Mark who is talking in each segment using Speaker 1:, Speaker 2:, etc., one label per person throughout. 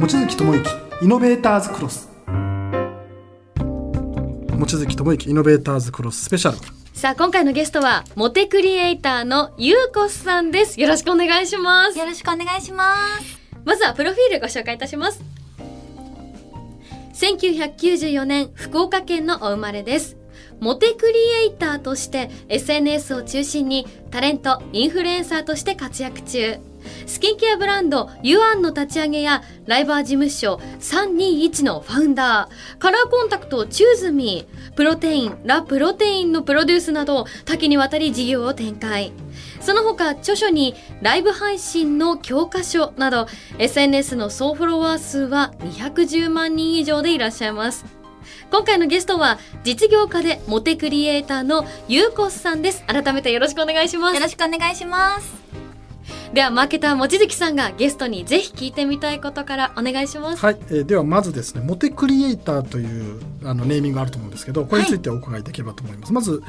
Speaker 1: 望月智之イノベーターズクロス望月智之イノベーターズクロススペシャル
Speaker 2: さあ今回のゲストはモテクリエイターのゆうこさんですよろしくお願いします
Speaker 3: よろしくお願いします
Speaker 2: まずはプロフィールご紹介いたします1994年福岡県のお生まれですモテクリエイターとして SNS を中心にタレントインフルエンサーとして活躍中スキンケアブランドユアンの立ち上げやライバー事務所321のファウンダーカラーコンタクトチューズミープロテインラプロテインのプロデュースなど多岐にわたり事業を展開その他著書にライブ配信の教科書など SNS の総フォロワー数は210万人以上でいらっしゃいます今回のゲストは実業家でモテクリエイターのゆうこさんです改めてよろしくお願いします
Speaker 3: よろしくお願いします
Speaker 2: ではマーケター望月さんがゲストにぜひ聞いてみたいことからお願いします。
Speaker 1: はい、えーではまずですねモテクリエイターというあのネーミングがあると思うんですけどこれについてお伺いできればと思います、まず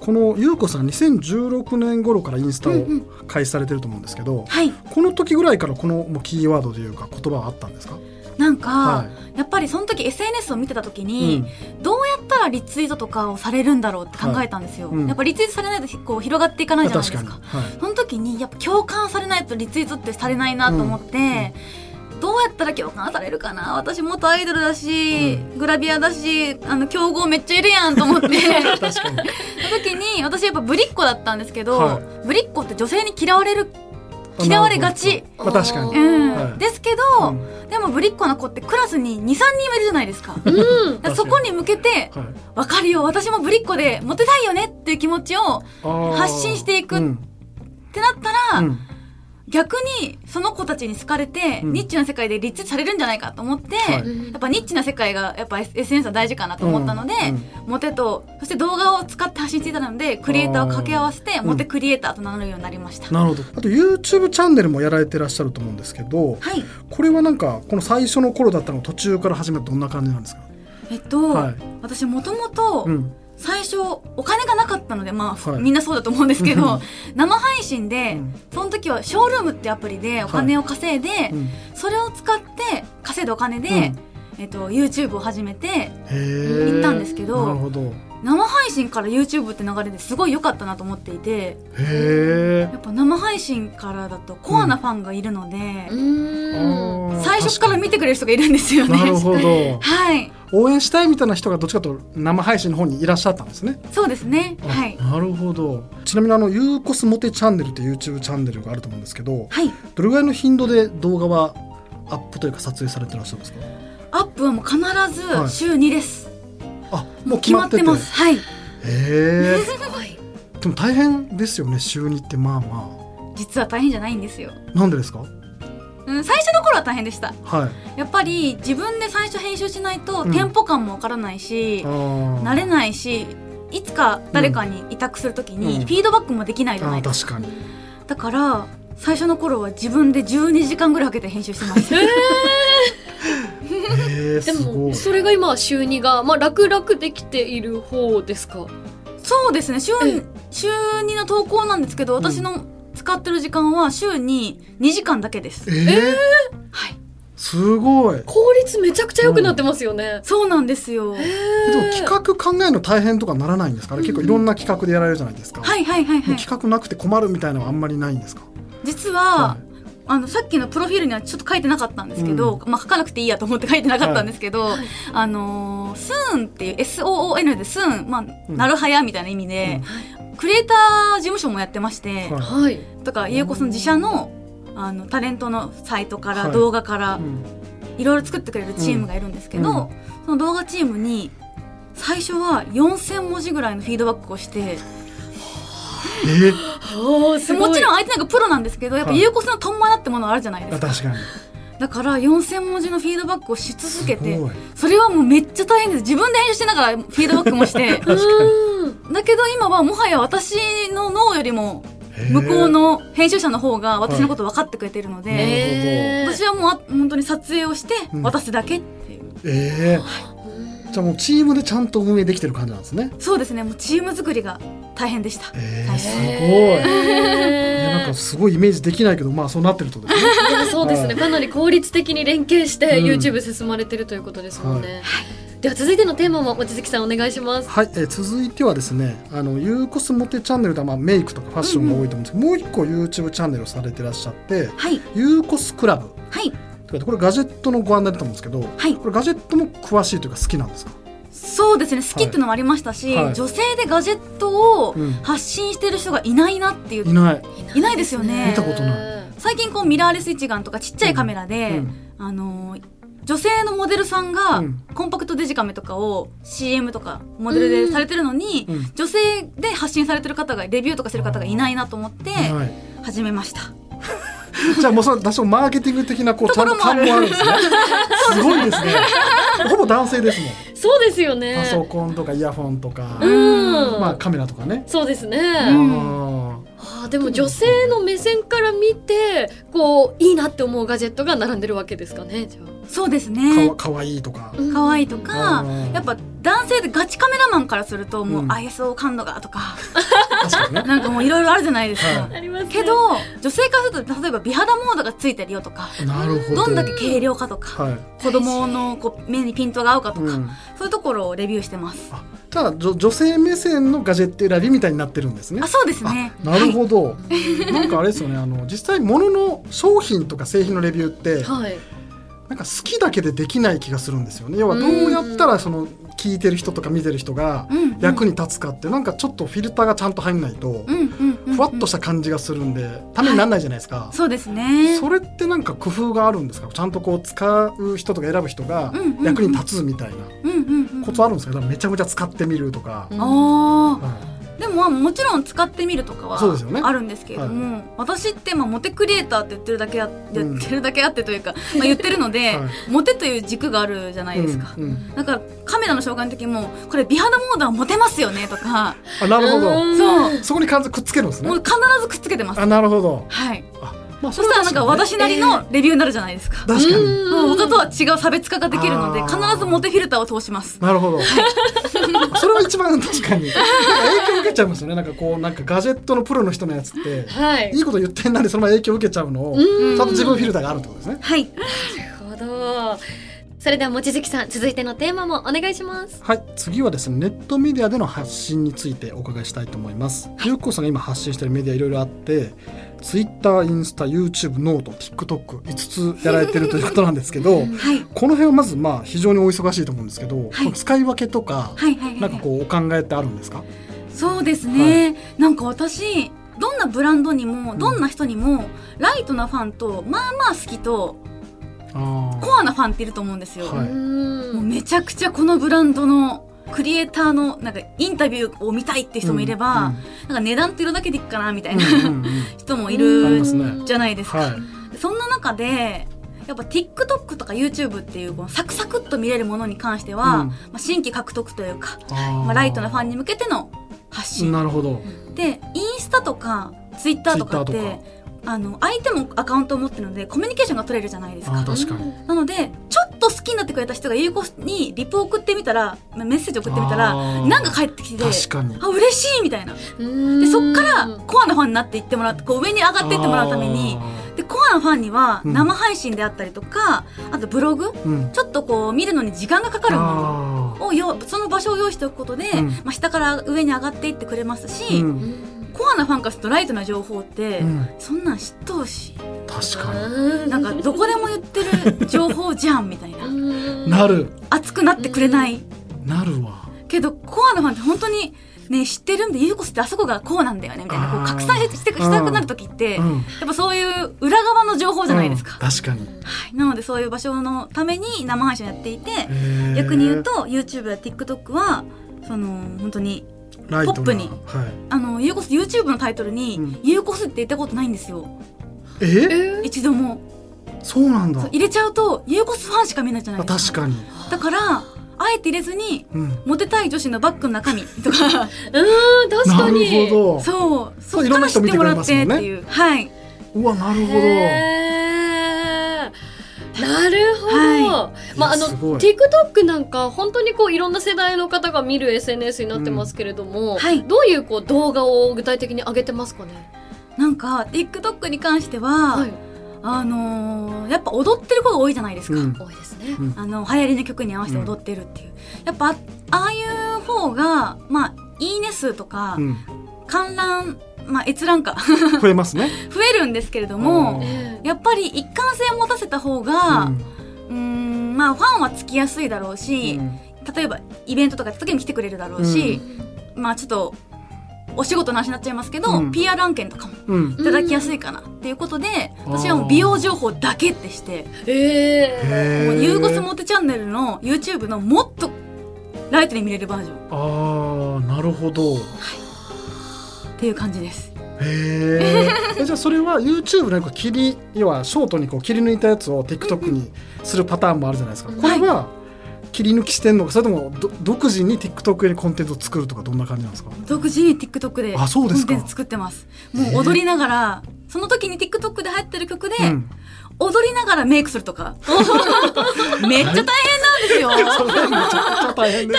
Speaker 1: この優子さん2016年頃からインスタを開始されてると思うんですけど、
Speaker 3: はい
Speaker 1: この時ぐらいからこのもうキーワードというか言葉はあったんですか、
Speaker 3: なんか、
Speaker 1: は
Speaker 3: やっぱりその時 SNS を見てた時
Speaker 1: い
Speaker 3: に、どうやったらリツイートとかをされるんだろうって考えたんですよ、
Speaker 1: はいうん
Speaker 3: やっぱリツイートされないとこう広がっていかないじゃない
Speaker 1: 確
Speaker 3: で
Speaker 1: か
Speaker 3: す
Speaker 1: に、
Speaker 3: か
Speaker 1: はい、
Speaker 3: その時にやっぱ共感されないとリツイートってされないなと思って、どうやったら共感されるかな私元アイドルだし、
Speaker 1: う
Speaker 3: グラビアだしあの競合めっちゃいるやんと思って
Speaker 1: 確かに、
Speaker 3: その時に私やっぱぶりっ子だったんですけど、
Speaker 1: は
Speaker 3: ぶりっ子って女性に嫌われる、 嫌われがち
Speaker 1: あなるほどまあ、確か
Speaker 2: お
Speaker 1: に、
Speaker 2: ー
Speaker 3: うん
Speaker 1: はい
Speaker 3: ですけど、でもぶりっ子の子ってクラスに23人はいるじゃないですか。だ
Speaker 2: うん。
Speaker 3: からそこに向けて
Speaker 1: うんはい
Speaker 3: 分かるよ私もぶりっ子でモテたいよねっていう気持ちをっ
Speaker 1: あー
Speaker 3: 発信していく
Speaker 1: うん
Speaker 3: てなったら、
Speaker 1: うん
Speaker 3: 逆にその子たちに好かれて、
Speaker 1: うん
Speaker 3: ニッチな世界で立地されるんじゃないかと思って、
Speaker 1: は
Speaker 2: う
Speaker 1: い
Speaker 2: ん
Speaker 3: やっぱニッチな世界がやっぱ SNS は大事かなと思ったので、
Speaker 1: う
Speaker 3: モテとそして動画を使って発信していたのでクリエイターを掛け合わせて
Speaker 1: うん
Speaker 3: モテクリエイターと名乗るようになりました、
Speaker 1: んなるほどあと YouTube チャンネルもやられてらっしゃると思うんですけど
Speaker 3: はい
Speaker 1: これはなんかこの最初の頃だったのが途中から始めたどんな感じなんですか
Speaker 3: えっと、
Speaker 1: はい
Speaker 3: 私もともと
Speaker 1: うん
Speaker 3: 最初お金がなかったのでまあ、
Speaker 1: はい
Speaker 3: みんなそうだと思うんですけ
Speaker 1: う
Speaker 3: ど
Speaker 1: ん
Speaker 3: 生配信で、
Speaker 1: うん
Speaker 3: その時はショールームってアプリでお金を稼いで、
Speaker 1: うん
Speaker 3: それを使って稼いだお金で、
Speaker 1: うん
Speaker 3: えっと、YouTube を始めて
Speaker 1: へー
Speaker 3: 行ったんですけど、
Speaker 1: なるほどへ
Speaker 3: 生配信から YouTube って流れですごい良かったなと思っていて
Speaker 1: え
Speaker 3: やっぱ生配信からだとコアなファンがいるので、
Speaker 2: うん。
Speaker 3: 最初から見てくれる人がいるんですよね。
Speaker 1: なるほど
Speaker 3: はい
Speaker 1: 応援したいみたいな人がどっちかというと生配信の方にいらっしゃったんですね
Speaker 3: そうですねはい
Speaker 1: あなるほどちなみにあのユーコスモテチャンネルって YouTube チャンネルがあると思うんですけど
Speaker 3: はい
Speaker 1: どれぐらいの頻度で動画はアップというか撮影されてらっしゃるんですか
Speaker 3: アップはもう必
Speaker 1: はい
Speaker 3: ず週2です、
Speaker 1: あもう決
Speaker 3: 決
Speaker 1: ま
Speaker 3: ま
Speaker 1: っ
Speaker 3: ってて
Speaker 1: て
Speaker 3: ますはい
Speaker 1: へ
Speaker 2: すごい。
Speaker 1: えでも大変ですよね週にってまあま
Speaker 3: 実は大変じゃないんですよ、
Speaker 1: あなんでですか
Speaker 3: うん、最初の頃は大変でした
Speaker 1: はい
Speaker 3: やっぱり自分で最初編集しないと
Speaker 1: うん
Speaker 3: テンポ感もわからないし、慣
Speaker 1: 慣
Speaker 3: れないしいつか誰かに委託するとき
Speaker 1: うん
Speaker 3: にフィードバックもできないじゃな
Speaker 1: あ
Speaker 3: い
Speaker 1: ー
Speaker 3: です
Speaker 1: 確かに
Speaker 3: か、だから最初の頃は自分で12時間ぐらいかけて編集してました
Speaker 1: へえ
Speaker 2: です
Speaker 1: ご
Speaker 2: も
Speaker 1: い
Speaker 2: それが今週2がまあ楽々できている方ですか。
Speaker 3: そうですね週
Speaker 2: え
Speaker 3: 週2の投稿なんですけど
Speaker 1: ん
Speaker 3: 私の使ってる時間は週に2時間だけです、
Speaker 1: えー
Speaker 3: はい
Speaker 1: すごいでも
Speaker 2: 効率めちゃくちゃ良くなってますよね。
Speaker 3: そうなんですよは
Speaker 1: 企画考えるの大変とかならないんですかあれ結構いろんな企画でやられるじゃないですか、
Speaker 3: いはいはいは
Speaker 1: も
Speaker 3: いう
Speaker 1: 企画なくて困るみたいなのはあんまりないんですか
Speaker 3: 実は、
Speaker 1: はい
Speaker 3: あのさっきのプロフィールにはちょっと書いてなかったんですけど、まあ、書かなくていいやと思って書いてなかったんですけど、
Speaker 2: い
Speaker 3: あのースーンっていう SOON でスーン、まあ、
Speaker 1: うん
Speaker 3: なるはやみたいな意味で、クリエイター事務所もやってまして、
Speaker 1: はい
Speaker 2: はい。
Speaker 3: とかゆうこさん自社のあのタレントのサイトから、
Speaker 1: はい
Speaker 3: 動画から
Speaker 1: うん
Speaker 3: いろいろ作ってくれるチームがいるんですけど、
Speaker 1: うんうん
Speaker 3: その動画チームに最初は4,000文字ぐらいのフィードバックをして
Speaker 1: え
Speaker 2: おおすごい。
Speaker 3: もちろん相手なんかプロなんですけどやっぱ
Speaker 1: はい
Speaker 3: ゆうこさんのトンマナってものはあるじゃないで
Speaker 1: ー、
Speaker 3: すか
Speaker 1: 確かに
Speaker 3: だから4,000文字のフィードバックをし続けて
Speaker 1: すごい
Speaker 3: それはもうめっちゃ大変です自分で編集してながらフィードバックもして
Speaker 1: 確かに
Speaker 2: うん。
Speaker 3: だけど今はもはや私の脳よりも
Speaker 1: へー
Speaker 3: 向こうの編集者の方が私のこと分かってくれてるので、
Speaker 1: はい
Speaker 2: へー
Speaker 3: 私はもうあ本当に撮影をして
Speaker 1: うん
Speaker 3: 渡すだけっていう、
Speaker 1: えー、じゃあもうチームでちゃんと運営できてる感じなんですね
Speaker 3: そうですねもうチーム作りが大変でした。
Speaker 1: え
Speaker 3: は
Speaker 1: ー、
Speaker 3: い
Speaker 1: すごい。いや
Speaker 2: え
Speaker 1: なんかすごいイメージできないけどまあそうなってるとですね。
Speaker 2: でもそうですね、
Speaker 1: はい
Speaker 2: かなり効率的に連携して
Speaker 1: うん
Speaker 2: YouTube 進まれてるということですもんね、では続いてのテーマも望月さんお願いします
Speaker 1: はい、えー続いてはですねあのユーコスモテチャンネルでは、まあ、メイクとかファッションが多いと思うんですけど、もう一個 YouTube チャンネルをされてらっしゃって
Speaker 3: はい
Speaker 1: ユーコスクラブ
Speaker 3: は
Speaker 1: とい
Speaker 3: い
Speaker 1: うことでこれガジェットのご案内だと思うんですけど、
Speaker 3: はい
Speaker 1: これガジェットも詳しいというか好きなんですか、
Speaker 3: そうですね好きっていうのもありましたし、
Speaker 1: はいはい
Speaker 3: 女性でガジェットを
Speaker 1: うん
Speaker 3: 発信してる人がいないなっていう、
Speaker 1: いない、
Speaker 3: いないですよね
Speaker 1: 見たことな
Speaker 3: 最近こうミラーレス一眼とかちっちゃいカメラで、
Speaker 1: うん
Speaker 3: あのー女性のモデルさんが
Speaker 1: うん
Speaker 3: コンパクトデジカメとかを CM とかモデルでされてるのに、
Speaker 1: うん
Speaker 3: 女性で発信されてる方がレビューとかしてる方がいないなと思って
Speaker 1: いない
Speaker 3: 始めました。
Speaker 1: じゃあもうその多少マーケティング的なこうちゃんと
Speaker 3: ところ
Speaker 1: 勘
Speaker 3: も
Speaker 1: も
Speaker 3: ある
Speaker 1: あるんですねすごいですねほぼ男性ですもん
Speaker 2: そうですよね
Speaker 1: パソコンとかイヤホンとか、
Speaker 2: うん、
Speaker 1: まあカメラとかね、
Speaker 2: そうですね、
Speaker 3: ん
Speaker 1: あ
Speaker 2: あーでも女性の目線から見てこういいなって思うガジェットが並んでるわけですかねじゃ
Speaker 3: そうです
Speaker 1: ーか
Speaker 3: ね
Speaker 1: わかわいいとか、
Speaker 2: あ
Speaker 3: 可愛いと
Speaker 2: と
Speaker 3: か、
Speaker 1: うん
Speaker 3: やっぱ男性でガチカメラマンからするともう
Speaker 1: うん
Speaker 3: ISO 感度がとか、
Speaker 1: 確かにね
Speaker 3: なんかもういろいろあるじゃないですか。
Speaker 1: はい
Speaker 2: ありますね
Speaker 3: けど女性からすると例えば美肌モードがついてるよとか
Speaker 1: なるほど
Speaker 3: どんだけ軽量かとか、
Speaker 1: はい、
Speaker 3: 子供のこう目にピントが合うかとか、
Speaker 1: うん、
Speaker 3: そういうところをレビューしてます。
Speaker 1: あただ女女性目線のガジェット選びみたいになってるんですね
Speaker 3: あそうですね。
Speaker 1: あなるほど、なんかあれですよねあの実際物の商品とか製品のレビューって
Speaker 2: はい
Speaker 1: なんか好きだけでできない気がするんですよね要はどうやったらその聞いてる人とか見てる人が
Speaker 3: うんうん
Speaker 1: 役に立つかってなんかちょっとフィルターがちゃんと入んないと
Speaker 3: うんうんうん
Speaker 1: ふわっとした感じがするんでためにならないじゃないですか、
Speaker 3: そうですね。
Speaker 1: それってなんか工夫があるんですかちゃんとこう使う人とか選ぶ人が
Speaker 3: うんうんうん
Speaker 1: 役に立つみたいな
Speaker 3: うんうんうん。
Speaker 1: ことあるんですかだからめちゃめちゃ使ってみるとか、はい
Speaker 3: あーでももちろん使ってみるとか
Speaker 1: そうですよね
Speaker 3: はあるんですけれども、私ってまあモテクリエイターって言ってるだけあって、
Speaker 1: うん
Speaker 3: 言ってるだけあってという か、まあ、言ってるので、
Speaker 1: は
Speaker 3: モテという軸があるじゃないですか。
Speaker 1: うんうん
Speaker 3: だからカメラの紹介の時もこれ美肌モードはモテますよねとか
Speaker 1: あなるほ
Speaker 2: う
Speaker 1: ど
Speaker 2: ん
Speaker 3: そう
Speaker 1: そこに完全にくっつけるんです
Speaker 3: もう
Speaker 1: ね
Speaker 3: 必ずくっつけてます
Speaker 1: あなるほど
Speaker 3: はい
Speaker 1: まあ
Speaker 3: そしたらなんか
Speaker 1: れは
Speaker 3: 私なりのレビューになるじゃないですか、
Speaker 1: 確かに
Speaker 3: もう他とは違う差別化ができるので
Speaker 1: あ
Speaker 3: 必
Speaker 1: ー
Speaker 3: ずモテフィルターを通します
Speaker 1: なるほど それは一番確かになんか影響受けちゃいますよねなんかこうなんかガジェットのプロの人のやつって
Speaker 2: はい
Speaker 1: いいこと言ってんなにそのまま影響受けちゃうのをち
Speaker 2: う
Speaker 1: ゃ
Speaker 2: ん
Speaker 1: んと自分フィルターがあるってことですね
Speaker 3: はい
Speaker 2: なるほどそれでは望月さん続いてのテーマもお願いします
Speaker 1: はい次はですねネットメディアでの発信についてお伺いしたいと思いますゆうこさんが今発信しているメディアいろいろあってツイッターインスタ YouTube ノート TikTok5 つやられてるということなんですけ ど
Speaker 3: はい
Speaker 1: この辺はまずまあ非常にお忙しいと思うんですけど、
Speaker 3: はい
Speaker 1: 使い分けとか、
Speaker 3: はいはいはい
Speaker 1: なんかこうお考えってあるんですか、
Speaker 3: そうですね、なんか私どんなブランドにもどんな人にも、ライトなファンとまあまあ好きと
Speaker 1: あ
Speaker 3: コアなファンっていると思うんですよ、
Speaker 1: はいう
Speaker 3: もうんめちゃくちゃこのブランドのクリエイターのなんかインタビューを見たいって人もいれば、なんか値段ってどれだけでいくかなみたいな
Speaker 1: うん うんうんうん
Speaker 3: 人もい
Speaker 1: あり
Speaker 3: る
Speaker 1: ますね
Speaker 3: じゃないですか、
Speaker 1: は
Speaker 3: そんな中でやっぱ TikTok とか YouTube っていうこのサクサクっと見れるものに関しては、
Speaker 1: うん
Speaker 3: まあ、新規獲得というか、
Speaker 1: い、あ
Speaker 3: まあ、ライトなファン
Speaker 1: に
Speaker 3: に向けての発信
Speaker 1: なるほど、
Speaker 3: でインスタとか Twitter とかって
Speaker 1: Twitter と
Speaker 3: あの相手もアカウントを持ってるのでコミュニケーションが取れるじゃないです
Speaker 1: あ
Speaker 3: か
Speaker 1: ー確かに
Speaker 3: なのでちょっと好きになってくれた人が有効にリプを送ってみたらまあメッセージ送ってみたら
Speaker 1: あー
Speaker 3: なんか返ってきて
Speaker 1: 確かに
Speaker 3: あ嬉しいみたいな
Speaker 2: うん
Speaker 3: でそっからコアなファンになっていってもらうこう上に上がっていってもらうために
Speaker 1: あ
Speaker 3: でコアなファンには
Speaker 1: うん
Speaker 3: 生配信であったりとか、あとブログ
Speaker 1: ーうん
Speaker 3: ちょっとこう見るのに時間がかかるも
Speaker 1: あ
Speaker 3: のをよその場所を用意しておくことで、
Speaker 1: うん
Speaker 3: まあ、下から上に上がっていってくれます
Speaker 1: ー
Speaker 3: し、
Speaker 1: う
Speaker 2: うんん
Speaker 3: コアなファンからするとライトな情報って、
Speaker 1: うん
Speaker 3: そんなん知っとうし
Speaker 1: 確か
Speaker 3: なんかどこでも言ってる情報じゃんみたい な
Speaker 1: になる
Speaker 3: 熱くなってくれない
Speaker 1: なるわ
Speaker 3: けどコアなファンって本当に。ね、知ってるんでゆうこすってあそこがこうなんだよねみたいなこ
Speaker 1: あ
Speaker 3: う
Speaker 1: ー
Speaker 3: 拡散してしてしたくなる時って、
Speaker 1: う
Speaker 3: や
Speaker 1: ん
Speaker 3: っぱそういう裏側の情報じゃないですか、
Speaker 1: うん確かに、
Speaker 3: はい、なのでそういう場所のために生配信をやっていて
Speaker 1: えー
Speaker 3: 逆に言うと YouTube や TikTok はその本当に
Speaker 1: ライトな
Speaker 3: ポップに
Speaker 1: はい、
Speaker 3: あのユーコス YouTube のタイトル
Speaker 1: う
Speaker 3: に
Speaker 1: ん
Speaker 3: 「ユーコス」って言ったことないんですよ
Speaker 1: え
Speaker 2: えー
Speaker 3: 一度も
Speaker 1: そうなんだ
Speaker 3: そう入れちゃうとユーコスファンしか見ないじゃな
Speaker 1: あ
Speaker 3: いです
Speaker 1: 確
Speaker 3: か
Speaker 1: かに、
Speaker 3: だからあえて入れずに
Speaker 1: うん、
Speaker 3: モテたい女子のバッグの中身
Speaker 2: うん
Speaker 3: とか
Speaker 2: 確
Speaker 1: な
Speaker 2: か
Speaker 1: る
Speaker 2: に
Speaker 1: ほど
Speaker 3: そうそっ
Speaker 1: いろ
Speaker 3: か
Speaker 1: んな
Speaker 3: ら知
Speaker 1: 人
Speaker 3: っ
Speaker 1: 見
Speaker 3: て
Speaker 1: て
Speaker 3: も
Speaker 1: くれ
Speaker 3: らっ
Speaker 1: ますも
Speaker 3: て
Speaker 1: ん
Speaker 3: って
Speaker 1: ね
Speaker 3: いう、はいう
Speaker 1: わなるほど
Speaker 2: へーなるほど、
Speaker 3: は
Speaker 2: まあ、あの
Speaker 1: いやすごい
Speaker 2: TikTok なんか本当にこういろんな世代の方が見る SNS になってますけれども、
Speaker 3: んはい
Speaker 2: どういうこう動画を具体的に上げてますかね、
Speaker 3: なんか TikTok に関しては、
Speaker 2: はい、
Speaker 3: あのーやっぱ踊ってる子が多いじゃないですか、
Speaker 1: うん
Speaker 2: 多いですね。
Speaker 1: うん
Speaker 3: あの流行りの曲に合わせて踊ってるっていう、やっぱあああいう方がまあいいね数とか、
Speaker 1: うん、
Speaker 3: 観覧まあ閲覧か
Speaker 1: 増えますね。
Speaker 3: 増えるんですけれど
Speaker 1: う
Speaker 3: も、
Speaker 1: ん
Speaker 2: ええ
Speaker 3: やっぱり一貫性を持たせた方
Speaker 1: う
Speaker 3: が
Speaker 1: ん
Speaker 3: うーんまあファンはつきやすいだろうし、
Speaker 1: うん
Speaker 3: 例えばイベントとかやった時に来てくれるだろうし、まあちょっとお仕事の話になっちゃいますけど、
Speaker 1: うん
Speaker 3: PR 案件とかも
Speaker 1: うん
Speaker 3: いただきやすいかなっていうことで、
Speaker 1: うん
Speaker 3: 私はもう美容情報だけってして
Speaker 2: ええ
Speaker 1: へ
Speaker 3: もう
Speaker 1: ー
Speaker 3: ユーゴスモテチャンネルの YouTube のもっとライトに見れるバージョンっ
Speaker 1: ああなるほど。へ
Speaker 3: ていう感じです。
Speaker 1: え。えじゃあそれは YouTube のこう切り要はショートにこう切り抜いたやつを TikTok にするパターンもあるじゃないですか。
Speaker 2: うん
Speaker 1: これは切り抜きしてんのかそれともど独自に TikTok にコンテンツを作るとかどんな感じなんですか。
Speaker 3: 独自に TikTok で
Speaker 1: あ
Speaker 3: コ
Speaker 1: そう
Speaker 3: ン
Speaker 1: ですか
Speaker 3: テンツ作ってます。
Speaker 1: へ
Speaker 3: も
Speaker 1: ー
Speaker 3: う踊りながら、その時に TikTok で流行ってる曲で、
Speaker 1: うん。
Speaker 3: 踊りながらメイクする とか。めっちゃ大変なんですよ。
Speaker 1: それめちゃくちゃ大変で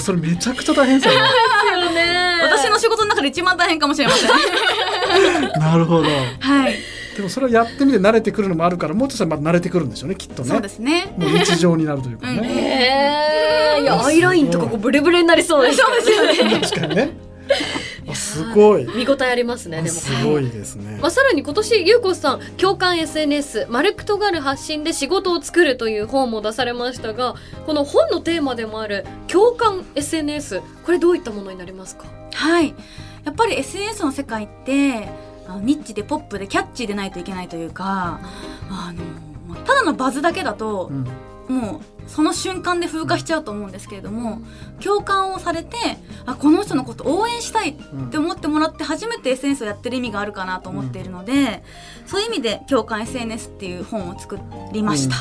Speaker 1: す。それめちゃくちゃ大変ですよね。
Speaker 2: ですよね。
Speaker 3: 私の仕事の中で一番大変かもしれません。
Speaker 1: なるほど。
Speaker 3: はい。
Speaker 1: でもそれをやってみて慣れてくるのもあるからもうちょっとまあ慣れてくるんでしょうねきっとね。
Speaker 3: そうですね。
Speaker 1: もう日常になるというかね。
Speaker 2: ええい
Speaker 1: す
Speaker 2: や
Speaker 1: ごい
Speaker 2: アイラインとかこうブレブレになりそう です。そうですよね。
Speaker 1: 確かにね。あすごい。
Speaker 2: 見応えありますね
Speaker 1: あ
Speaker 2: でも。
Speaker 1: すごいですね
Speaker 2: ま。あ、さらに今年ゆうこさん共感 SNS マルクトガル発信で仕事を作るという本も出されましたがこの本のテーマでもある共感 SNS これどういったものになりますか
Speaker 3: はい。やっぱり SNS の世界って、あのニッチでポップでキャッチーでないといけないというか、あの、まあただのバズだけだと
Speaker 1: う、ん
Speaker 3: もうその瞬間で風化しちゃうと思うんですけれども共感をされてあこの人のこと応援したいっ
Speaker 1: うん
Speaker 3: て思ってもらって初めて SNS をやってる意味があるかなと思っているので、そういう意味で「共感 SNS」っていう本を作りました、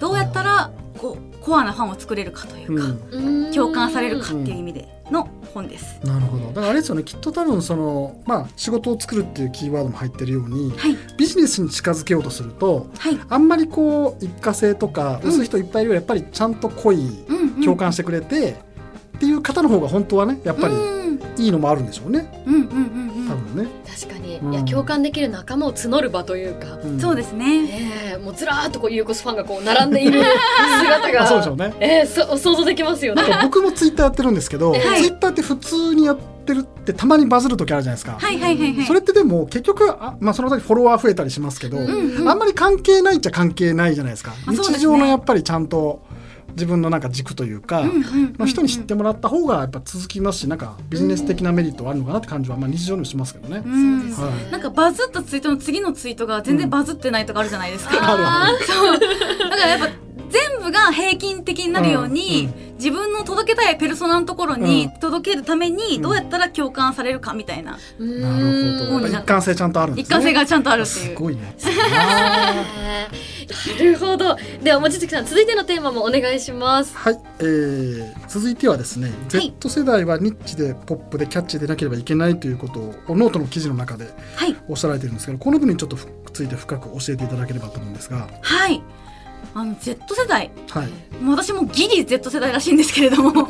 Speaker 3: どうやったらこうコアなファンを作れるかという
Speaker 1: う
Speaker 3: か、
Speaker 1: ん
Speaker 3: 共感されるかっていう意味での本です、
Speaker 1: なるほどだからあれですよねきっと多分そのまあ仕事を作るっていうキーワードも入ってるように
Speaker 3: はい
Speaker 1: ビジネスに近づけようとすると
Speaker 3: はい、
Speaker 1: あんまりこう一過性とか
Speaker 3: うん
Speaker 1: 薄い人いっぱいいるよりやっぱりちゃんと濃い
Speaker 3: うんうん、
Speaker 1: 共感してくれてっていう方の方が本当はねやっぱり
Speaker 3: うん
Speaker 1: いいのもあるんでしょうね
Speaker 3: うんうんうん
Speaker 1: 多分ね。
Speaker 2: 確かに、
Speaker 1: うん
Speaker 2: いや共感できる仲間を募る場というか、
Speaker 1: う
Speaker 3: うんんそうですね
Speaker 2: ええもうずらーっとこうゆうこすファンがこう並んでい る姿が
Speaker 1: あそうでしょうね。
Speaker 2: ええそ想像できますよね
Speaker 1: なんか僕もツイッターやってるんですけど、
Speaker 2: はい
Speaker 1: ツイッターって普通にやってるってたまにバズる時あるじゃないですか。
Speaker 3: はいはいはいはい
Speaker 1: それってでも結局あ、まあ、その時フォロワー増えたりしますけど、
Speaker 2: うん
Speaker 3: うん
Speaker 1: あんまり関係ないっちゃ関係ないじゃないですか。
Speaker 3: あそうですね
Speaker 1: 日常のやっぱりちゃんと自分のなんか軸というか、
Speaker 3: うんうんうんうん
Speaker 1: の人に知ってもらった方がやっぱ続きますしなんかビジネス的なメリットはあるのかなって感じはまあ日常にもしますけどね。
Speaker 3: うん
Speaker 2: そうです
Speaker 1: は
Speaker 3: なんかバズったツイートの次のツイートが全然バズってないとかあるじゃないですか。
Speaker 1: あるあ
Speaker 3: だからやっぱ全部が平均的になるように、自分の届けたいペルソナのところに届けるため
Speaker 1: う
Speaker 3: に
Speaker 1: ん
Speaker 3: どうやったら共感されるかみたいな
Speaker 2: うーん
Speaker 1: なるほど。やっぱ一貫性ちゃんとあるんで
Speaker 3: 一
Speaker 1: すね。
Speaker 3: 貫性がちゃんとあるってい
Speaker 1: す
Speaker 3: う。
Speaker 1: ごいね。
Speaker 2: ええなるほどでは望月さん続いてのテーマもお願いします
Speaker 1: はい、えー続いてはですね、Z 世代はニッチでポップでキャッチーでなければいけないということをノートの記事の中で
Speaker 3: はい。
Speaker 1: おっしゃられてるんですけどこの部分にちょっとふついて深く教えていただければと思うんですが、
Speaker 3: はい。あの Z 世代、
Speaker 1: はい、
Speaker 3: もう私もギリ Z 世代らしいんですけれども、
Speaker 2: ん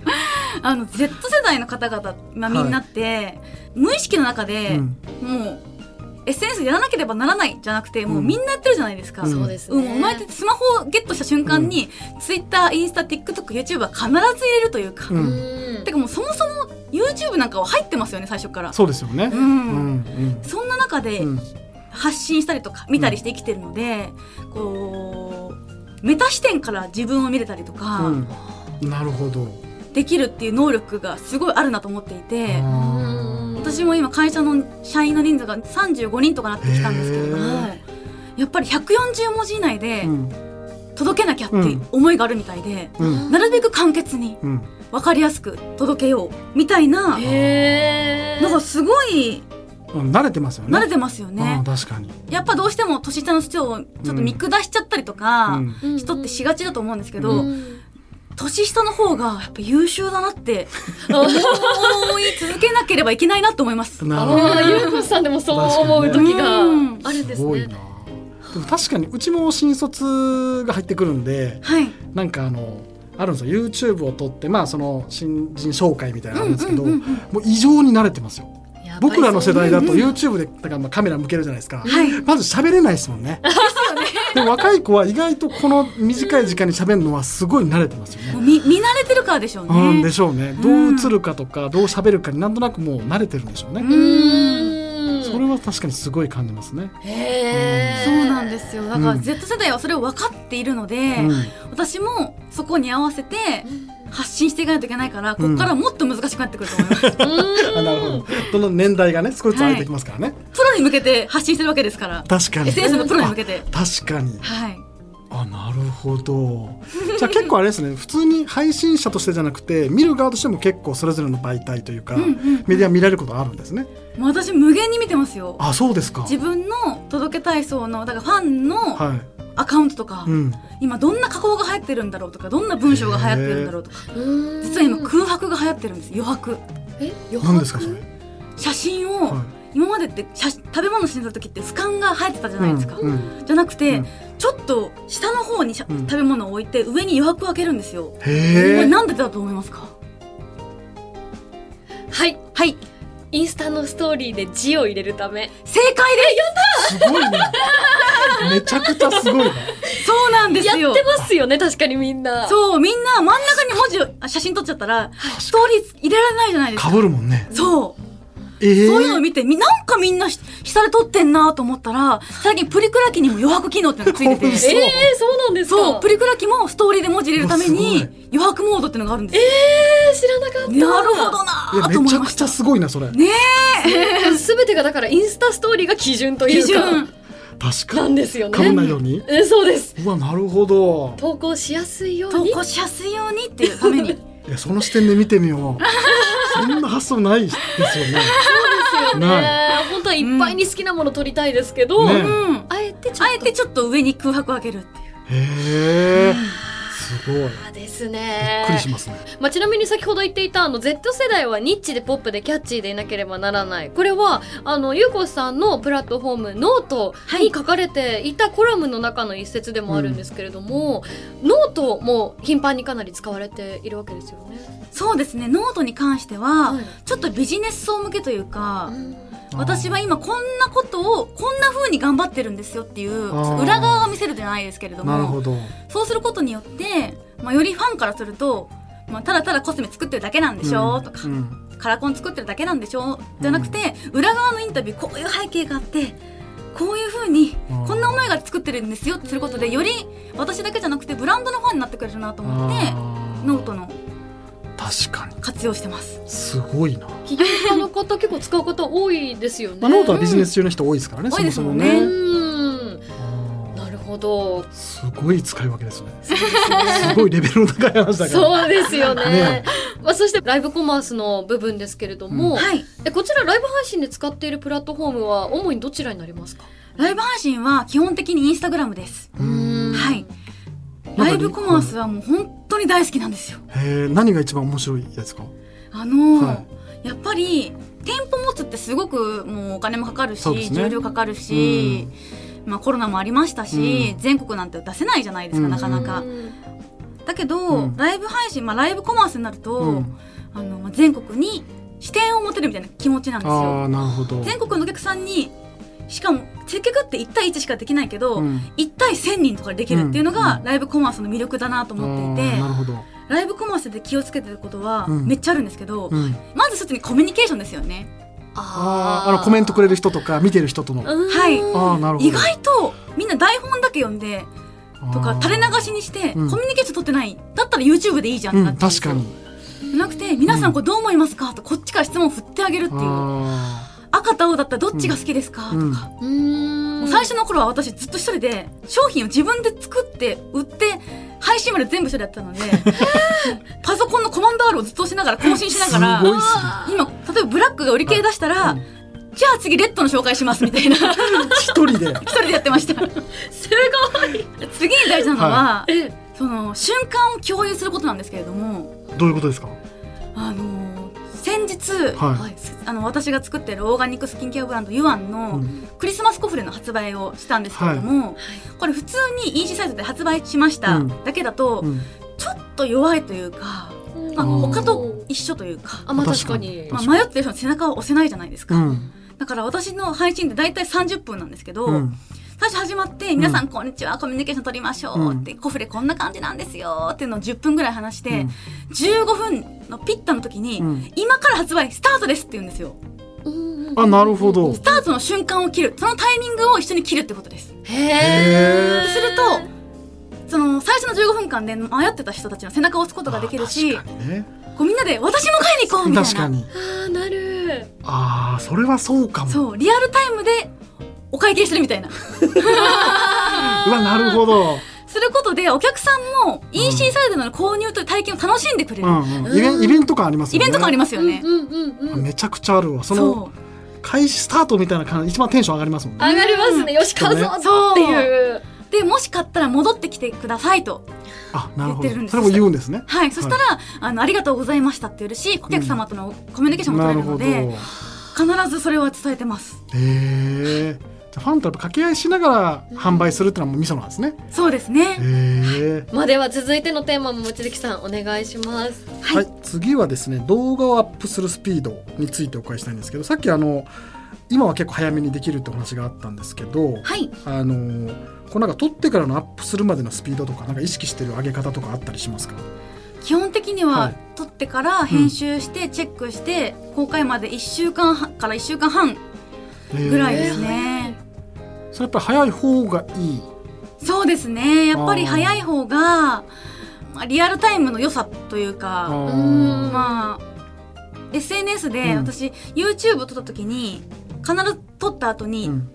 Speaker 3: あの Z 世代の方々、まあ、みんなって、無意識の中で、
Speaker 1: うん
Speaker 3: もう SNS やらなければならないじゃなくて、もううんみんなやってるじゃないですか。
Speaker 1: うん
Speaker 2: そうです
Speaker 3: う
Speaker 2: ね、
Speaker 3: ん、生まれてスマホをゲットした瞬間に、Twitter、インスタ、TikTok、YouTube は必ず入れるというか、
Speaker 1: う
Speaker 2: うんん
Speaker 3: てかもうそもそも YouTube なんかは入ってますよね、最初から。
Speaker 1: そうですよね
Speaker 3: う。、
Speaker 1: うんん
Speaker 3: そんな中で
Speaker 1: うん
Speaker 3: 発信したりとか見たりして生きてるので、こう、メタ視点から自分を見れたりとか、
Speaker 1: うんなるほど。
Speaker 3: できるっていう能力がすごいあるなと思っていて、
Speaker 1: あ
Speaker 3: 私も今会社の社員の人数が35人とかなってきたんですけれど
Speaker 1: へ
Speaker 3: も
Speaker 1: ー、
Speaker 3: やっぱり140文字以内で
Speaker 1: ーうん
Speaker 3: 届けなきゃっていう思いがあるみたいで、
Speaker 1: うん
Speaker 3: なるべく簡潔に
Speaker 1: うん
Speaker 3: 分かりやすく届けようみたいな、
Speaker 2: へえ
Speaker 3: なんかすごい
Speaker 1: うん慣れてますよね。
Speaker 3: 慣れてますよ
Speaker 1: あ
Speaker 3: ね
Speaker 1: ー。確かに。
Speaker 3: やっぱどうしても年下の人をちょっと見下しちゃったりとか、
Speaker 1: うん
Speaker 3: 人ってしがちだと思うんですけ
Speaker 1: う
Speaker 3: ど、
Speaker 2: ん
Speaker 3: 年下の方がやっぱ優秀だなって思い続けなければいけないなと思います。
Speaker 1: なる
Speaker 2: ああ、ゆうこさんでもそう思う時があるんです
Speaker 1: ほど。すごい
Speaker 2: ね。
Speaker 1: な。でも確かにうちも新卒が入ってくるんで
Speaker 3: はい
Speaker 1: なんかあのあるんですよ YouTube を撮ってまあその新人紹介みたいなのあるんですけど、
Speaker 3: うんうんうん
Speaker 1: もう異常に慣れてますよ
Speaker 2: やばい
Speaker 1: 僕らの世代だと
Speaker 2: そう
Speaker 1: YouTube でだからまあカメラ向けるじゃないですか、
Speaker 3: はい
Speaker 1: まず喋れないですもんね。でも若い子は意外とこの短い時間に喋るのはすごい慣れてますよ
Speaker 3: もう
Speaker 1: ね。
Speaker 3: 見見慣れてるからでしょうね、
Speaker 1: うんでしょうね。どう
Speaker 3: うん
Speaker 1: 映るかとかどう喋るかになんとなくもう慣れてるんでしょうね。
Speaker 2: う
Speaker 3: うん
Speaker 2: ーん
Speaker 1: それは確かにすごい感じますね。
Speaker 2: へー
Speaker 3: そうなんですよだか
Speaker 1: う
Speaker 3: ら
Speaker 1: ん
Speaker 3: Z 世代はそれを分かっているので、
Speaker 1: うん
Speaker 3: 私もそこに合わせて
Speaker 2: うん
Speaker 3: 発信していかないといけないからこ
Speaker 1: うん
Speaker 3: こからもっと難しくなってくる と思います、
Speaker 1: あなるほど。どの年代がね少しずつ空いてきますからね。
Speaker 3: プロに向けて発信してるわけですから
Speaker 1: 確かに。
Speaker 3: SNS のプロに向けて
Speaker 1: あ確かに。
Speaker 3: はい
Speaker 1: あなるほど。じゃあ結構あれですね。普通に配信者としてじゃなくて見る側としても結構それぞれの媒体というか、
Speaker 3: うんうん
Speaker 1: メディア見られることあるんですね。
Speaker 3: もう私無限に見てますよ
Speaker 1: あそうですか。
Speaker 3: 自分の届けたい層のだからファンの
Speaker 1: はい。
Speaker 3: アカウントとか、
Speaker 1: うん。
Speaker 3: 今どんな加工が流行ってるんだろうとかどんな文章が流行ってるんだろうとか実は今空白が流行ってるんです余白
Speaker 2: え
Speaker 1: 何ですかそれ。
Speaker 3: 写真を、
Speaker 1: は
Speaker 3: 今までって写真食べ物してた時って俯瞰が入ってたじゃ
Speaker 1: い。
Speaker 3: ないですか、
Speaker 1: うんうん
Speaker 3: じゃなくて、
Speaker 1: うん
Speaker 3: ちょっと下の方にしゃ、
Speaker 1: うん
Speaker 3: 食べ物を置いて上に余白を開けるんですよ、こ
Speaker 1: へ
Speaker 3: れ
Speaker 1: え。
Speaker 3: なんでだと思いますか
Speaker 2: はい
Speaker 3: はい
Speaker 2: インスタのストーリーで字を入れるため
Speaker 3: 正解
Speaker 1: すごいね。 めちゃくちゃすごいね。
Speaker 3: ですそうなんです
Speaker 2: や
Speaker 3: よ
Speaker 2: ってますよね確かにみんな
Speaker 3: そうみんな真ん中に文字をあ写真撮っちゃったらストーリー入れられないじゃないです
Speaker 1: か
Speaker 3: か
Speaker 1: ぶるもんね。
Speaker 3: そう、
Speaker 1: ええ。
Speaker 3: そういうのを見てみなんかみんなし下で撮ってんなと思ったら最近プリクラ機にも余白機能っていうのがついてて
Speaker 1: 嘘
Speaker 2: えー、そうなんですか
Speaker 3: そうプリクラ機もストーリーで文字入れるため
Speaker 1: うわす
Speaker 3: に余白モードっていうのがあるんですよ、
Speaker 2: えー、知らなかった
Speaker 3: なるほど
Speaker 1: いや
Speaker 3: なーと
Speaker 1: め
Speaker 3: 思
Speaker 1: ち
Speaker 3: い
Speaker 1: ゃ
Speaker 3: ま
Speaker 1: く
Speaker 3: し
Speaker 1: ちゃ
Speaker 3: た
Speaker 1: すごいなそれ。
Speaker 3: ね
Speaker 2: すべてがだからインスタストーリーが基準とい
Speaker 3: 基
Speaker 2: うか
Speaker 3: 準
Speaker 1: 確か
Speaker 2: なんですよね
Speaker 1: かぶんないように。
Speaker 2: えそうです
Speaker 1: うわなるほど。
Speaker 2: 投稿しやすいよう
Speaker 3: 投
Speaker 2: に
Speaker 3: 稿しやすいようにっていうために
Speaker 1: いやその視点で見てみよう。そんな発想ないですよね。
Speaker 2: そうですよ
Speaker 1: な
Speaker 2: ね本当はいっぱいに好きなもの撮りたいですけど、
Speaker 1: ね
Speaker 3: うん
Speaker 2: あえてちょ
Speaker 3: あえ
Speaker 2: っと
Speaker 3: てちょっと上に空白を開けるってい
Speaker 1: へ
Speaker 3: う
Speaker 1: え。すごい。びっ
Speaker 2: あです
Speaker 1: くり
Speaker 2: ね
Speaker 1: しますね。
Speaker 2: まあ、ちなみに先ほど言っていたあの Z 世代はニッチでポップでキャッチーでいなければならないこれはあのゆうこさんのプラットフォームノートに書かれていたコラムの中の一節でもあるんですけれども、ノートも頻繁にかなり使われているわけですよね。
Speaker 3: そうですねノートに関しては、
Speaker 2: はい
Speaker 3: ちょっとビジネス層向けという
Speaker 1: あ
Speaker 3: か、
Speaker 1: ー
Speaker 3: 私は今こんなことをこんな風に頑張ってるんですよっていう
Speaker 1: あー
Speaker 3: 裏側が見せるじゃないですけれど
Speaker 1: なるほ
Speaker 3: も
Speaker 1: ど。
Speaker 3: そうすることによって、まあ、よりファンからすると、まあ、ただただコスメ作ってるだけなんでしょ、とか、
Speaker 1: うん
Speaker 3: カラコン作ってるだけなんでしょじゃなくて、裏側のインタビューこういう背景があってこういう風に
Speaker 1: うん
Speaker 3: こんな思いが作ってるんですよってすることでより私だけじゃなくてブランドのファンになってくれるなと思って
Speaker 1: あ
Speaker 3: ノートの
Speaker 1: 確かに
Speaker 3: 活用してます。
Speaker 1: すごいな。
Speaker 2: 起業家の方結構使う方多いですよね。
Speaker 1: まあノートはビジネス中の人多いですからね。
Speaker 3: 多いですもんね
Speaker 1: そもそもね
Speaker 2: うんなるほど。
Speaker 1: すごい使い分けですね。すごいレベルの高い話だから。
Speaker 2: そうですよ ね。
Speaker 1: ね
Speaker 2: まあ、そしてライブコマースの部分ですけれども、
Speaker 3: はい
Speaker 2: えこちらライブ配信で使っているプラットフォームは主にどちらになりますか
Speaker 3: ライブ配信は基本的にインスタグラムです。
Speaker 1: うん
Speaker 2: うん
Speaker 3: はい。ライブコマースはもう本当に大好きなんですよ。
Speaker 1: へえ、何が一番面白いですか。
Speaker 3: あのー
Speaker 1: は
Speaker 3: やっぱり店舗持つってすごくもうお金もかかるし、
Speaker 1: そうですね
Speaker 3: 重量かかるし、まあコロナもありましたし、全国なんて出せないじゃないですか、
Speaker 1: うん
Speaker 3: なかなか。
Speaker 2: うん
Speaker 3: だけど、
Speaker 1: うん
Speaker 3: ライブ配信、まあライブコマースになると、
Speaker 1: うん
Speaker 3: あのまあ全国に視点を持てるみたいな気持ちなんです
Speaker 1: あ
Speaker 3: よ。
Speaker 1: あ、なるほど。
Speaker 3: 全国のお客さんに、しかも接客って1対1しかできないけど、
Speaker 1: うん
Speaker 3: 1対1000人とかできるっていうの
Speaker 1: う
Speaker 3: が
Speaker 1: ん
Speaker 3: ライブコマースの魅力だなと思っていて、
Speaker 1: あーなるほど。
Speaker 3: ライブコマースで気をつけてることは
Speaker 1: うん
Speaker 3: めっちゃあるんですけど、
Speaker 1: うん、
Speaker 3: まず一つにコミュニケーションですよね
Speaker 1: ああ、あのコメントくれる人とか見てる人との。あ
Speaker 2: うん
Speaker 3: はい
Speaker 1: あ、なるほど。
Speaker 3: 意外とみんな台本だけ読んでとか垂れ流しにしてコ
Speaker 1: う
Speaker 3: ミ
Speaker 1: ん
Speaker 3: ュニケーション取ってないだったら YouTube でいいじゃんっ
Speaker 1: う
Speaker 3: て
Speaker 1: ん
Speaker 3: なっ、ちゃうんで
Speaker 1: 確
Speaker 3: す
Speaker 1: か
Speaker 3: よ
Speaker 1: に。
Speaker 3: じゃなくて皆さんこれどう思いますかとこっちから質問振ってあげるっていう
Speaker 1: あ
Speaker 3: 赤と青だったらどっちが好きですか
Speaker 1: ーう
Speaker 3: と
Speaker 1: ん
Speaker 3: か。
Speaker 2: うん
Speaker 3: もう最初の頃は私ずっと一人で商品を自分で作って売って配信まで全部一人だっ たのでパソコンのコマンド R をずっと押しながら更新しながら
Speaker 1: すごいっす
Speaker 3: 今例えばブラックが売り切れ出したら、
Speaker 1: うん
Speaker 3: じゃあ次レッドの紹介しますみた いな一
Speaker 1: ね。一人で。
Speaker 3: 人でやってました
Speaker 2: すごい
Speaker 3: 次に大事なのは、
Speaker 2: え
Speaker 3: その瞬間を共有することなんですけれども
Speaker 1: どういうことですか。
Speaker 3: あのー先日日、
Speaker 1: はい
Speaker 3: あの私が作ってるオーガニックスキンケアブランドユアンの
Speaker 1: うん
Speaker 3: クリスマスコフレの発売をしたんですけれども、これ普通に EC サイトで発売しました
Speaker 1: うん
Speaker 3: だけだと、
Speaker 1: うん
Speaker 3: ちょっと弱いというか、まあ、
Speaker 1: うん
Speaker 3: 他と一緒というか、
Speaker 2: あまあ
Speaker 1: 確
Speaker 2: 確
Speaker 1: か
Speaker 2: か
Speaker 1: に
Speaker 2: に
Speaker 3: まあ、迷ってる人の背中を押せないじゃないです
Speaker 1: う
Speaker 3: か、
Speaker 1: ん
Speaker 3: だから私の配信って大体30分なんですけど、
Speaker 1: うん
Speaker 3: 最初始まって「皆さんこんにちはコミュニケーション取りましょう」って、コフレこんな感じなんですよ」っていうのを10分ぐらい話して、
Speaker 1: うん
Speaker 3: 15分のピッタの時に、
Speaker 1: うん
Speaker 3: 今から発売スタートですって言うんですよ
Speaker 1: あなるほど
Speaker 3: スタートの瞬間を切るそのタイミングを一緒に切るってことです
Speaker 2: へ
Speaker 1: へ
Speaker 2: え
Speaker 1: ー
Speaker 3: するとその最初の15分間で迷ってた人たちの背中を押すことができる
Speaker 1: あ
Speaker 3: し
Speaker 1: 確かにね
Speaker 3: こうみんなで「私も買いに行こう」みたい
Speaker 1: 確か
Speaker 3: な
Speaker 1: に
Speaker 2: あーなる
Speaker 1: ああそれはそうかも
Speaker 3: そうリアルタイムでお会計してるみた いな
Speaker 1: うわなるほど、
Speaker 3: することでお客さんも EC サイドの購入という体験を楽しんでくれ
Speaker 1: う
Speaker 3: る、
Speaker 1: んうん、イベンイベント感あります
Speaker 3: イ
Speaker 1: よね
Speaker 3: ベント感あり
Speaker 1: ま
Speaker 3: ますよね、
Speaker 2: うんうんうんうん
Speaker 1: めちゃくちゃあるわその
Speaker 3: そ
Speaker 1: 開始スタートみたいな感じ一番テンション上がりますもんね
Speaker 2: 上がりますねよし買うぞ
Speaker 3: うそう
Speaker 2: っていう
Speaker 3: うでもし買ったら戻ってきてくださいと
Speaker 1: あなるほ
Speaker 3: 言ってる
Speaker 1: ど
Speaker 3: んです
Speaker 1: それも言うんですね
Speaker 3: はいそしたら、あのありがとうございましたって言えるし顧客様とのコミュニケーションも
Speaker 1: な
Speaker 3: 取
Speaker 1: る
Speaker 3: れるの
Speaker 1: ほど
Speaker 3: で、
Speaker 1: へ
Speaker 3: 必ずそれは伝えてます
Speaker 1: えじゃあファンとやっぱ掛け合いしながら販売するってのはもうミソなんですね
Speaker 3: そうですね、
Speaker 1: へえ
Speaker 2: まあでは続いてのテーマも望月さんお願いします
Speaker 1: はい、次はですね動画をアップするスピードについてお伺いしたいんですけどさっきあの今は結構早めにできるってお話があったんですけど、
Speaker 3: はい
Speaker 1: あのこうなんか撮ってからのアップするまでのスピードとかなんか意識してる上げ方とかあったりしますか
Speaker 3: 基本的に
Speaker 1: は
Speaker 3: はい撮ってから編集してチェックして公開まで1週間半から1週間半ぐらいですね、
Speaker 1: それやっぱり早い方がいい
Speaker 3: そうですねやっぱり早い方がまあリアルタイムの良さという
Speaker 1: あ
Speaker 3: か
Speaker 1: ー
Speaker 3: まあ SNS で
Speaker 1: うん
Speaker 3: 私、YouTube を撮った時に必ず撮った後に、
Speaker 1: うん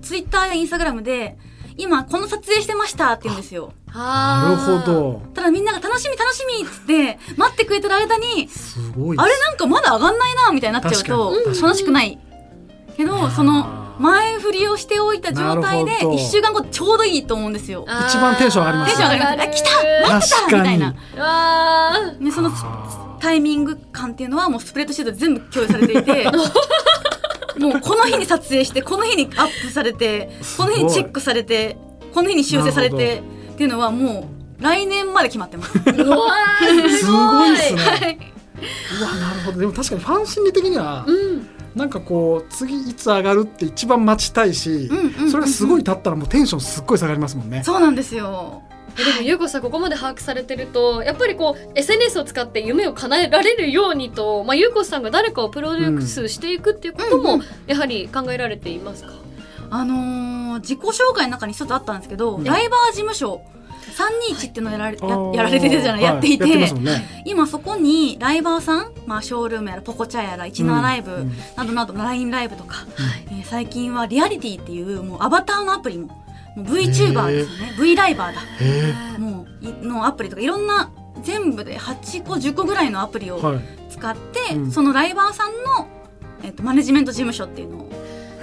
Speaker 3: Twitter や Instagram で今この撮影してましたって言うんですよ
Speaker 1: なる
Speaker 2: あー
Speaker 1: ほど
Speaker 3: ただみんなが楽しみ楽しみっつって待ってくれてる間に
Speaker 1: すごい
Speaker 3: あれなんかまだ上がんないなみたいになっちゃうと
Speaker 1: 確かに
Speaker 3: 楽しくないけ
Speaker 1: あー
Speaker 3: どその前振りをしておいた状態で
Speaker 1: なるほど
Speaker 3: 1週間後ちょうどいいと思うんですよ
Speaker 2: あー
Speaker 1: 一番テンション上がります
Speaker 3: テンション上がります
Speaker 2: 上がる
Speaker 1: 確
Speaker 3: みた
Speaker 1: か
Speaker 3: い
Speaker 1: に
Speaker 3: な
Speaker 2: わー
Speaker 3: でその
Speaker 1: あ
Speaker 3: タイミング感っていうのはもうスプレッドシートで全部共有されてい てもうこの日に撮影してこの日にアップされて
Speaker 1: す
Speaker 3: こ
Speaker 1: ごい
Speaker 3: の日にチェックされてこの日に修正されてっていうのはもう来年まで決まってます。
Speaker 2: うわー
Speaker 1: ーすごいですね
Speaker 3: はい、
Speaker 1: うわなるほどでも確かにファン心理的には
Speaker 2: うん
Speaker 1: なんかこう次いつ上がるって一番待ちたいし
Speaker 3: うんうんうんうん
Speaker 1: それがすごい経ったらもうテンションすっごい下がりますもんね
Speaker 3: そうなんですよ。
Speaker 2: えでも優子さんここまで把握されてるとやっぱりこう SNS を使って夢を叶えられるようにと、まあ、優子さんが誰かをプロデュースしていくっていうこと
Speaker 3: うん
Speaker 2: も
Speaker 3: うん
Speaker 2: やはり考えられていますか、
Speaker 3: あのー自己紹介の中に一つあったんですけど、
Speaker 1: うん
Speaker 3: ライバー事務所321っていうのをやられ
Speaker 1: あ
Speaker 3: や
Speaker 1: ー
Speaker 3: やられてるじゃない、
Speaker 1: は
Speaker 3: やっていて
Speaker 1: やってますもんね
Speaker 3: 今そこにライバーさん、まあ、ショールームやらポコチャやら17ライブ、
Speaker 1: うんうん
Speaker 3: などなど LINE ライブとか、えー最近はリアリティっていうもうアバターのアプリももう VTuber ですよね V ライバーだ
Speaker 1: へ
Speaker 3: もういのアプリとかいろんな全部で8個10個ぐらいのアプリ
Speaker 1: え
Speaker 3: を
Speaker 1: はい
Speaker 3: 使って、
Speaker 1: うん
Speaker 3: そのライバーさんの、えっとマネジメント事務所っていうのを、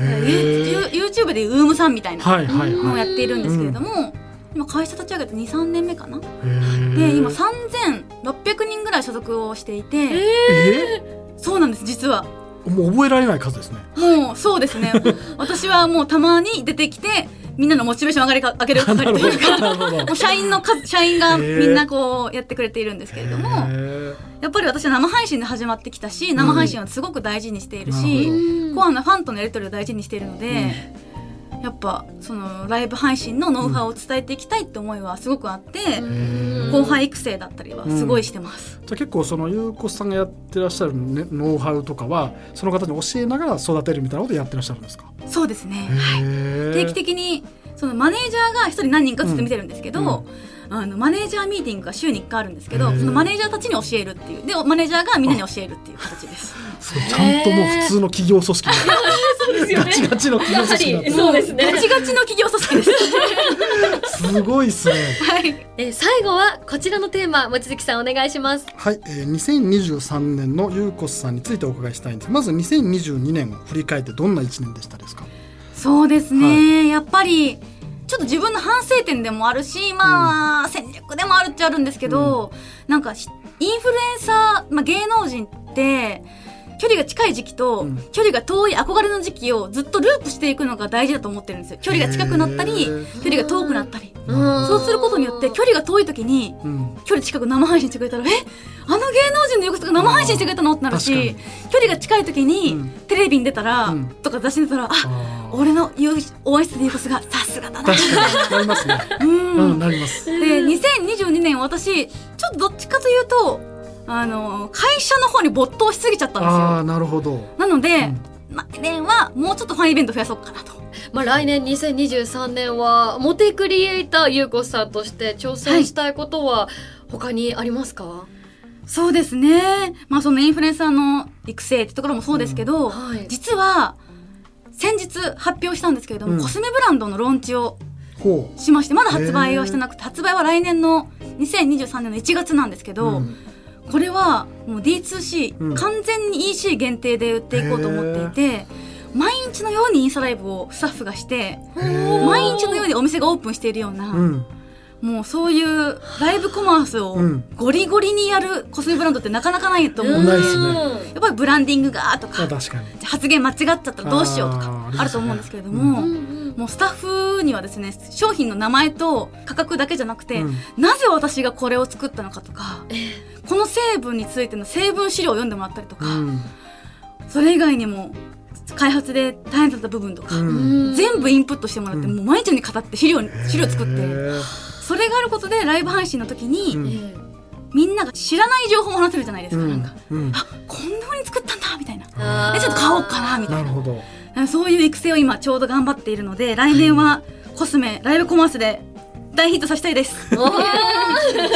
Speaker 1: へえ
Speaker 3: You- YouTube でいうウームさんみたいな
Speaker 1: はいはい
Speaker 3: の
Speaker 1: は
Speaker 3: を
Speaker 1: い
Speaker 3: やっているんですけれども、今会社立ち上げて23年目かな、
Speaker 1: へ
Speaker 3: で
Speaker 1: え
Speaker 3: 今3600人ぐらい所属をしていて、
Speaker 1: え
Speaker 3: そうなんです実は
Speaker 1: ーもう覚えられない数ですね
Speaker 3: もうそうです ね私はもうたまに出てきてみんなのモチベーション上がりか上げる係というか
Speaker 1: なるほど
Speaker 3: もう社員 の数社員
Speaker 1: へ
Speaker 3: が
Speaker 1: ー
Speaker 3: みんなこうやってくれているんですけれども、
Speaker 1: へ
Speaker 3: やっぱり私は生配信で始まってきたし生配信はすごく大事にしている
Speaker 1: なる
Speaker 3: し、
Speaker 2: ん
Speaker 3: コアなファンとのやり取りを大事にしているので、やっぱそのライブ配信のノウハウを伝えていきたいって思いはすごくあって、
Speaker 1: うん
Speaker 3: 後輩育成だったりはすごいしてます。
Speaker 1: じゃあ結構その優子さんがやってらっしゃる、ね、ノウハウとかはその方に教えながら育てるみたいなことやってらっしゃるんですか
Speaker 3: そうですね。
Speaker 1: へえ
Speaker 3: 定期的にそのマネージャーが一人何人かずつ見てるんですけど、あのマネージャーミーティングが週に1回あるんですけど、
Speaker 1: へー
Speaker 3: そのマネージャーたちに教えるっていうでマネージャーがみんなに教えるっていう形です。
Speaker 1: すごいちゃんともう普通の企業組織
Speaker 2: そうですよ
Speaker 1: ガ
Speaker 2: ね
Speaker 1: チガチの企業組織になって
Speaker 2: やはりそうですね
Speaker 3: もガチガチの企業組織です。
Speaker 1: すごいですね
Speaker 3: はい。
Speaker 2: えー最後はこちらのテーマ望月さんお願いします
Speaker 1: はい、えー、2023年の優子さんについてお伺いしたいんですまず2022年を振り返ってどんな一年でしたですか
Speaker 3: そうですね、やっぱりちょっと自分の反省点でもあるしまあ、戦略でもあるっちゃあるんですけど、なんかしインフルエンサー、まあ、芸能人って距離が近い時期と、
Speaker 1: うん
Speaker 3: 距離が遠い憧れの時期をずっとループしていくのが大事だと思ってるんですよ距離が近くなったり
Speaker 1: へー
Speaker 3: 距離が遠くなったり
Speaker 1: うん
Speaker 3: そうすることによって距離が遠い時に
Speaker 1: うん
Speaker 3: 距離近く生配信してくれたらえあの芸能人の横とか生配信してくれたのってなる
Speaker 1: あー
Speaker 3: し
Speaker 1: 確
Speaker 3: 距離が近い時に、
Speaker 1: うん
Speaker 3: テレビに出たら、
Speaker 1: うん
Speaker 3: とか雑誌に出たらあ
Speaker 1: あー
Speaker 3: 俺の言う応援してる横須賀さすがだな
Speaker 1: 確かになりますね。
Speaker 3: うん、
Speaker 1: うん、なります。
Speaker 3: で2022年私ちょっとどっちかというとあの会社の方に没頭しすぎちゃったんです
Speaker 1: ああー、
Speaker 3: よ
Speaker 1: なるほど。
Speaker 3: なので、
Speaker 1: うん
Speaker 3: 来年はもうちょっとファンイベント増やそうかなと
Speaker 2: まあ、来年2023年はモテクリエイターゆうこさんとして挑戦したいことは他にありますか、は
Speaker 3: そうですねまあそのインフルエンサーの育成ってところもそうですけど、
Speaker 2: い
Speaker 3: 実は先日発表したんですけれども、
Speaker 1: うん
Speaker 3: コスメブランドのローンチを
Speaker 1: ほ
Speaker 3: しましてまだ発売はしてなくて発売は来年の2023年の1月なんです
Speaker 1: う。
Speaker 3: けど、
Speaker 1: ん
Speaker 3: これはもう D2C、
Speaker 1: うん
Speaker 3: 完全に EC 限定で売っていこうと思っていて毎日のようにインスタライブをスタッフがして
Speaker 1: へー
Speaker 3: 毎日のようにお店がオープンしているような、
Speaker 1: うん。
Speaker 3: もうそういうライブコマースを
Speaker 1: うん
Speaker 3: ゴリゴリにやるコスメブランドってなかなかないと思う、
Speaker 1: う
Speaker 3: や
Speaker 1: ん
Speaker 3: っ
Speaker 1: ないっすね
Speaker 3: ぱりブランディングがと
Speaker 1: あ
Speaker 3: か
Speaker 1: 確かに。
Speaker 3: 発言間違っちゃったらどうしようとか
Speaker 1: あー
Speaker 3: あると思うんですけれど
Speaker 1: あり
Speaker 3: も、
Speaker 2: うんうん
Speaker 3: もうスタッフにはですね商品の名前と価格だけじゃなくて、
Speaker 1: うん
Speaker 3: なぜ私がこれを作ったのかとか、この成分についての成分資料を読んでもらったりとか、
Speaker 1: うん
Speaker 3: それ以外にも開発で大変だった部分とか、
Speaker 1: う。
Speaker 2: うんん
Speaker 3: 全部インプットしてもらって、
Speaker 1: うん
Speaker 3: もう毎日に語って資料に資料作
Speaker 1: へ
Speaker 3: って
Speaker 1: ー
Speaker 3: それがあることでライブ配信の時に、
Speaker 1: うん
Speaker 2: ええ
Speaker 3: みんなが知らない情報を話せるじゃないですか、なんか
Speaker 1: うん。
Speaker 3: あこんなふうに作ったんだみたいな
Speaker 2: あー
Speaker 3: えちょっと買おうかなみたい
Speaker 1: なるほど。
Speaker 3: なそういう育成を今ちょうど頑張っているので来年はコスメライブコマースで大ヒットさせたいです。
Speaker 2: おー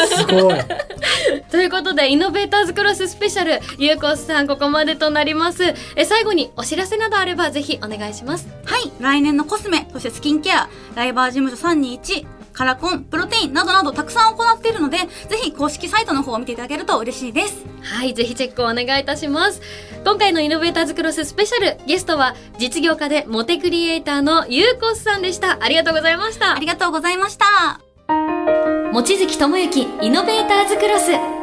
Speaker 1: すごい。
Speaker 2: ということでイノベーターズクロススペシャルゆうこさんここまでとなりますえ最後にお知らせなどあればぜひお願いします
Speaker 3: はい、来年のコスメ、そしてスキンケア、ライバー事務所321、カラコン、プロテインなどなどたくさん行っているので、ぜひ公式サイトの方を見ていただけると嬉しいです。
Speaker 2: はい、ぜひチェックをお願いいたします。今回のイノベーターズクロススペシャル、ゲストは実業家でモテクリエイターのゆうこさんでした。ありがとうございました
Speaker 3: あり。がとうございました。
Speaker 2: 望月智之イノベーターズクロス。